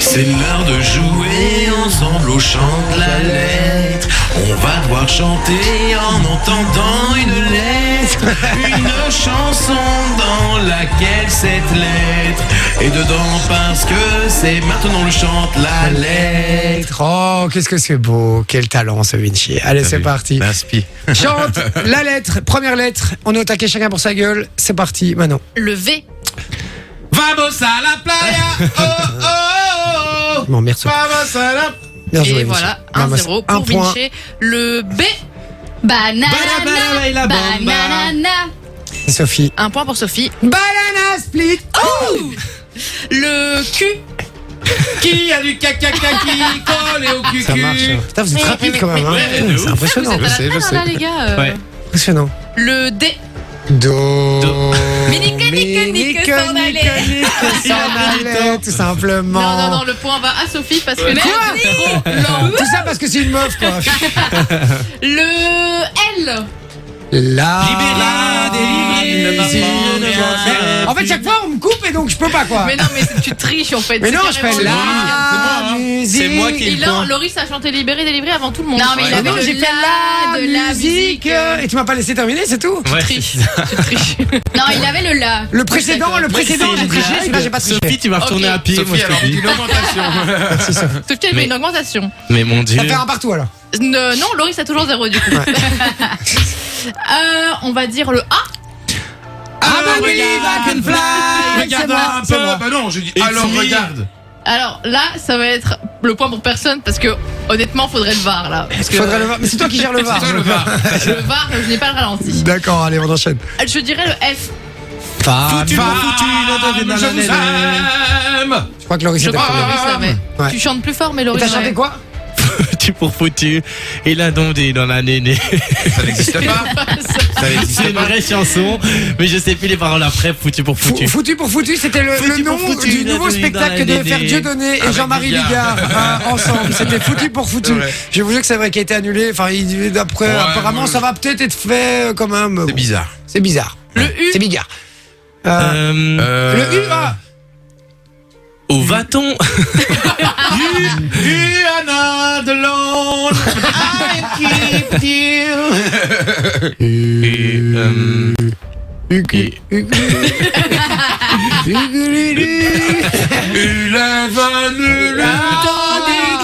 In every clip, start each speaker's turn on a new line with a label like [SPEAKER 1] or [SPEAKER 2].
[SPEAKER 1] C'est l'heure de jouer ensemble au chant de la lettre. On va devoir chanter en entendant une lettre, une chanson dans laquelle cette lettre est dedans parce que c'est maintenant le chant de la lettre.
[SPEAKER 2] Electro, Oh, qu'est-ce que c'est beau. Quel talent, ce Vinci. Allez, c'est
[SPEAKER 1] vu
[SPEAKER 2] parti.
[SPEAKER 3] Bah.
[SPEAKER 1] L'inspi.
[SPEAKER 2] Chante la lettre. Première lettre. On est au taquet chacun pour sa gueule. C'est parti, Manon.
[SPEAKER 4] Le V.
[SPEAKER 1] Vamos à la playa. Oh, oh, oh, oh.
[SPEAKER 2] Bon, merci.
[SPEAKER 1] Vamos à la
[SPEAKER 2] Bien joué,
[SPEAKER 4] et
[SPEAKER 2] Vinci.
[SPEAKER 4] voilà,
[SPEAKER 2] Vamos,
[SPEAKER 4] 1-0
[SPEAKER 2] un
[SPEAKER 4] pour
[SPEAKER 2] point.
[SPEAKER 4] Vinci. Le B. Banana.
[SPEAKER 1] Banana, baila, bamba.
[SPEAKER 4] banana.
[SPEAKER 2] Et Sophie.
[SPEAKER 4] Un point pour Sophie.
[SPEAKER 2] Banana split.
[SPEAKER 4] Le Q.
[SPEAKER 1] Qui a du caca qui collé au cul
[SPEAKER 2] Ça marche. hein. Putain, vous êtes rapide quand même. hein.
[SPEAKER 1] Ouais, de ouf.
[SPEAKER 2] C'est impressionnant.
[SPEAKER 4] Vous êtes à la
[SPEAKER 3] je
[SPEAKER 4] fin,
[SPEAKER 3] sais.
[SPEAKER 4] là, les gars. euh,
[SPEAKER 3] Ouais.
[SPEAKER 2] Impressionnant.
[SPEAKER 4] Le D.
[SPEAKER 2] Do.
[SPEAKER 4] Mais nique, nique,
[SPEAKER 2] Mais
[SPEAKER 4] nique,
[SPEAKER 2] nique,
[SPEAKER 4] s'en
[SPEAKER 2] nique,
[SPEAKER 4] aller.
[SPEAKER 2] nique, s'en aller, Tout simplement.
[SPEAKER 4] Non, non, non, le point va à Sophie parce que elle est trop lente.
[SPEAKER 2] Tout ça parce que c'est une meuf, quoi.
[SPEAKER 4] Le L.
[SPEAKER 2] La.
[SPEAKER 1] Libérée, délivrée,
[SPEAKER 2] musique.
[SPEAKER 1] ne m'en
[SPEAKER 2] En fait, chaque fois, on me coupe et donc je peux pas, quoi.
[SPEAKER 4] Mais non, mais c'est- tu triches en fait.
[SPEAKER 2] Mais
[SPEAKER 4] C'est
[SPEAKER 2] non, je fais
[SPEAKER 4] carrément Laurie.
[SPEAKER 2] la musique.
[SPEAKER 3] C'est moi qui-
[SPEAKER 4] Et là, Loris a chanté Libéré, délivré avant tout le monde. Non, mais
[SPEAKER 2] Mais non, j'ai fait la
[SPEAKER 4] de la
[SPEAKER 2] musique.
[SPEAKER 4] musique.
[SPEAKER 2] euh, Et tu m'as pas laissé terminer, c'est tout
[SPEAKER 3] Ouais,
[SPEAKER 4] Triche. Tu triches. Non, il avait le la.
[SPEAKER 2] Le précédent, le précédent,
[SPEAKER 3] c'est
[SPEAKER 2] j'ai
[SPEAKER 3] une
[SPEAKER 2] triché,
[SPEAKER 3] blague.
[SPEAKER 2] celui-là, j'ai pas triché.
[SPEAKER 3] Sophie, tu vas retourner
[SPEAKER 4] Ok.
[SPEAKER 3] à pied,
[SPEAKER 1] Sophie,
[SPEAKER 3] moi je
[SPEAKER 1] alors,
[SPEAKER 3] te dis.
[SPEAKER 1] une augmentation.
[SPEAKER 4] Sophie, elle
[SPEAKER 3] Mais-
[SPEAKER 4] fait une augmentation.
[SPEAKER 3] Mais mon dieu.
[SPEAKER 2] Ça fait un partout alors.
[SPEAKER 4] Ne- non, Loris a toujours zéro du coup. Euh, on va dire le A.
[SPEAKER 2] bah oui,
[SPEAKER 1] regarde.
[SPEAKER 2] I can fly.
[SPEAKER 1] Regarde
[SPEAKER 2] C'est moi,
[SPEAKER 1] un
[SPEAKER 2] c'est moi.
[SPEAKER 1] peu. Bah non, j'ai dit.
[SPEAKER 3] Et
[SPEAKER 1] Alors
[SPEAKER 3] si.
[SPEAKER 1] regarde.
[SPEAKER 4] Alors là, ça va être le point pour personne parce que honnêtement, faudrait le VAR là. Parce que
[SPEAKER 2] Faudrait le voir. Mais c'est toi qui gères le VAR.
[SPEAKER 1] Ça le va.
[SPEAKER 4] le VAR, je n'ai pas le ralenti. Euh,
[SPEAKER 2] D'accord, allez, on enchaîne.
[SPEAKER 4] Je dirais le F.
[SPEAKER 3] Ah,
[SPEAKER 1] Femme,
[SPEAKER 2] Femme,
[SPEAKER 3] bah,
[SPEAKER 1] je vous
[SPEAKER 2] Je
[SPEAKER 1] aime.
[SPEAKER 2] crois que Laurie
[SPEAKER 4] Je
[SPEAKER 2] s'est
[SPEAKER 4] crois que
[SPEAKER 2] perdu.
[SPEAKER 4] Loris l'avait.
[SPEAKER 2] Ouais.
[SPEAKER 4] Tu chantes plus fort, mais
[SPEAKER 2] Et
[SPEAKER 4] Loris.
[SPEAKER 2] t'as
[SPEAKER 4] l'avait.
[SPEAKER 2] chanté quoi
[SPEAKER 3] foutu pour foutu. Et la dondée dans la nénée.
[SPEAKER 1] Ça n'existe pas. Ça
[SPEAKER 3] C'est
[SPEAKER 1] n'existe
[SPEAKER 3] une
[SPEAKER 1] pas.
[SPEAKER 3] vraie chanson, mais je sais plus les paroles après. Foutu pour
[SPEAKER 2] Fou-
[SPEAKER 3] foutu.
[SPEAKER 2] Foutu pour foutu, c'était le,
[SPEAKER 3] Foutu
[SPEAKER 2] le nom
[SPEAKER 3] pour foutu,
[SPEAKER 2] du
[SPEAKER 3] la
[SPEAKER 2] nouveau
[SPEAKER 3] donnée dans
[SPEAKER 2] spectacle
[SPEAKER 3] la
[SPEAKER 2] que devait
[SPEAKER 3] donnée.
[SPEAKER 2] faire Dieudonné et
[SPEAKER 1] Avec
[SPEAKER 2] Jean-Marie
[SPEAKER 1] Bigard.
[SPEAKER 2] Bigard euh, ensemble. C'était foutu pour foutu.
[SPEAKER 1] Ouais.
[SPEAKER 2] Je vous jure que c'est vrai qui a été annulé. Enfin, il- d'après,
[SPEAKER 1] Ouais,
[SPEAKER 2] apparemment,
[SPEAKER 1] ouais.
[SPEAKER 2] ça va peut-être être fait euh, quand même.
[SPEAKER 1] C'est
[SPEAKER 2] Bon,
[SPEAKER 1] bizarre.
[SPEAKER 2] C'est bizarre.
[SPEAKER 4] Le U.
[SPEAKER 2] C'est Bigard. Euh,
[SPEAKER 3] Euh,
[SPEAKER 2] le U, ah,
[SPEAKER 3] Où va-t-on
[SPEAKER 1] You are not alone. I keep you.
[SPEAKER 3] Euh,
[SPEAKER 2] Ugly- Ugly-
[SPEAKER 1] Il est venu
[SPEAKER 2] Ugly-
[SPEAKER 1] le temps du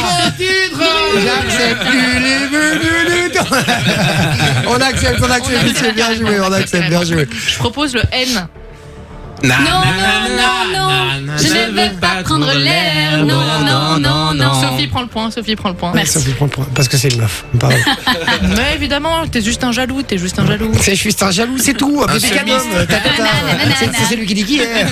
[SPEAKER 1] grand titre.
[SPEAKER 2] J'accepte il est venu le temps. On accepte, on accepte,
[SPEAKER 4] On
[SPEAKER 2] Vinci, bien joué, on accepte, bien joué.
[SPEAKER 4] Je propose le N.
[SPEAKER 3] na,
[SPEAKER 4] Non,
[SPEAKER 3] na,
[SPEAKER 4] non,
[SPEAKER 3] na,
[SPEAKER 4] non,
[SPEAKER 1] Ah,
[SPEAKER 3] na, na,
[SPEAKER 4] Je ne veux pas prendre l'air. Non, non, non, Oh non. Sophie prend le point, Sophie prend le point.
[SPEAKER 2] Sophie, prends le point, Parce que c'est une meuf. Pardon.
[SPEAKER 4] Mais évidemment, t'es juste un jaloux, t'es juste un jaloux.
[SPEAKER 2] C'est juste un jaloux, c'est tout. Un bébé
[SPEAKER 1] chemiste.
[SPEAKER 2] canon. Tata, tata.
[SPEAKER 4] Nanana.
[SPEAKER 2] C'est c'est celui qui dit qui est.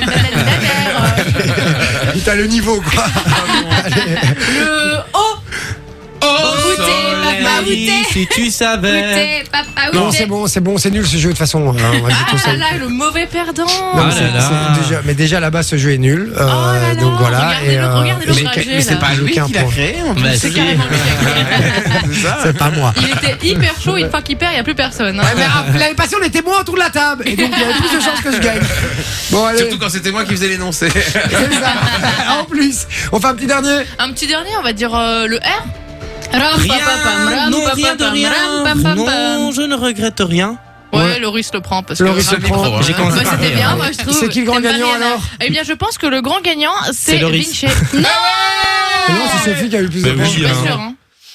[SPEAKER 4] le
[SPEAKER 2] T'as le niveau, quoi.
[SPEAKER 1] Oh,
[SPEAKER 4] O. Goûter,
[SPEAKER 3] Soleil,
[SPEAKER 4] papa, goûter.
[SPEAKER 3] Si tu savais.
[SPEAKER 4] Goûter, papa,
[SPEAKER 2] Non,
[SPEAKER 4] goûter.
[SPEAKER 2] c'est bon, c'est bon, c'est nul ce jeu de toute façon. hein, on va vous
[SPEAKER 4] Ah là
[SPEAKER 2] conseiller.
[SPEAKER 4] là, le mauvais perdant.
[SPEAKER 2] Non,
[SPEAKER 3] Ah
[SPEAKER 2] c'est-
[SPEAKER 3] là là.
[SPEAKER 2] c'est déjà- mais déjà là-bas, ce jeu est nul. euh,
[SPEAKER 4] Oh là là,
[SPEAKER 2] donc voilà.
[SPEAKER 4] regardez-le,
[SPEAKER 2] et, euh,
[SPEAKER 4] regardez-le
[SPEAKER 2] mais-
[SPEAKER 4] rager,
[SPEAKER 2] mais c'est
[SPEAKER 4] là.
[SPEAKER 2] pas lui qui l'a créé.
[SPEAKER 3] Bah,
[SPEAKER 4] C'est
[SPEAKER 3] si.
[SPEAKER 4] carrément lui qui a gagné.
[SPEAKER 2] C'est pas moi.
[SPEAKER 4] Il était hyper chaud, une fois qu'il perd, il n'y a plus personne. hein.
[SPEAKER 2] Ouais, mais ah, l'année passée, on était moins autour de la table. Et donc, il y avait plus de chances que je gagne. Bon, allez,
[SPEAKER 1] Surtout quand c'était moi qui faisais l'énoncé.
[SPEAKER 2] c'est ça. En plus, on fait un petit dernier.
[SPEAKER 4] Un petit dernier, on va dire euh, le R. Ram,
[SPEAKER 3] Rien,
[SPEAKER 4] pam, pam, ram,
[SPEAKER 3] non,
[SPEAKER 4] pam,
[SPEAKER 3] rien de
[SPEAKER 4] pam, ram,
[SPEAKER 3] rien.
[SPEAKER 4] pam, pam,
[SPEAKER 3] Non,
[SPEAKER 4] pam.
[SPEAKER 3] je ne regrette rien.
[SPEAKER 4] Ouais, Loris le prend parce que.
[SPEAKER 2] Laurie se
[SPEAKER 1] micro,
[SPEAKER 2] prend.
[SPEAKER 1] hein. J'ai
[SPEAKER 4] Bah,
[SPEAKER 3] commencé par
[SPEAKER 4] c'était
[SPEAKER 3] rire.
[SPEAKER 4] bien, moi je trouve.
[SPEAKER 2] euh, C'est qui le grand
[SPEAKER 4] T'aimes pas
[SPEAKER 2] gagnant,
[SPEAKER 4] Rihanna
[SPEAKER 2] alors
[SPEAKER 4] Eh bien, je pense que le grand gagnant, c'est
[SPEAKER 3] C'est Loris.
[SPEAKER 4] Vinci. Non
[SPEAKER 2] Non, c'est Sophie qui a eu le plus de
[SPEAKER 3] Bah oui,
[SPEAKER 4] Je suis
[SPEAKER 2] points.
[SPEAKER 4] pas
[SPEAKER 3] hein.
[SPEAKER 4] sûre, hein.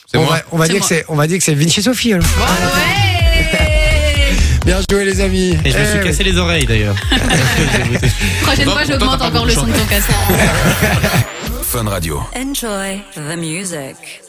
[SPEAKER 1] C'est
[SPEAKER 2] On
[SPEAKER 1] moi.
[SPEAKER 2] va- On va
[SPEAKER 4] C'est
[SPEAKER 2] dire que
[SPEAKER 4] moi.
[SPEAKER 2] c'est- on va dire que c'est Vinci Sophie. alors.
[SPEAKER 4] Ouais
[SPEAKER 2] Bien joué, les amis.
[SPEAKER 3] Et je me suis
[SPEAKER 2] Eh
[SPEAKER 3] cassé les oreilles d'ailleurs.
[SPEAKER 4] Prochaine
[SPEAKER 1] Bon,
[SPEAKER 4] fois,
[SPEAKER 1] pourtant,
[SPEAKER 4] j'augmente
[SPEAKER 1] t'as pas
[SPEAKER 4] encore le
[SPEAKER 1] beaucoup
[SPEAKER 4] son de ton casque.
[SPEAKER 1] Fun Radio.
[SPEAKER 5] Enjoy the music.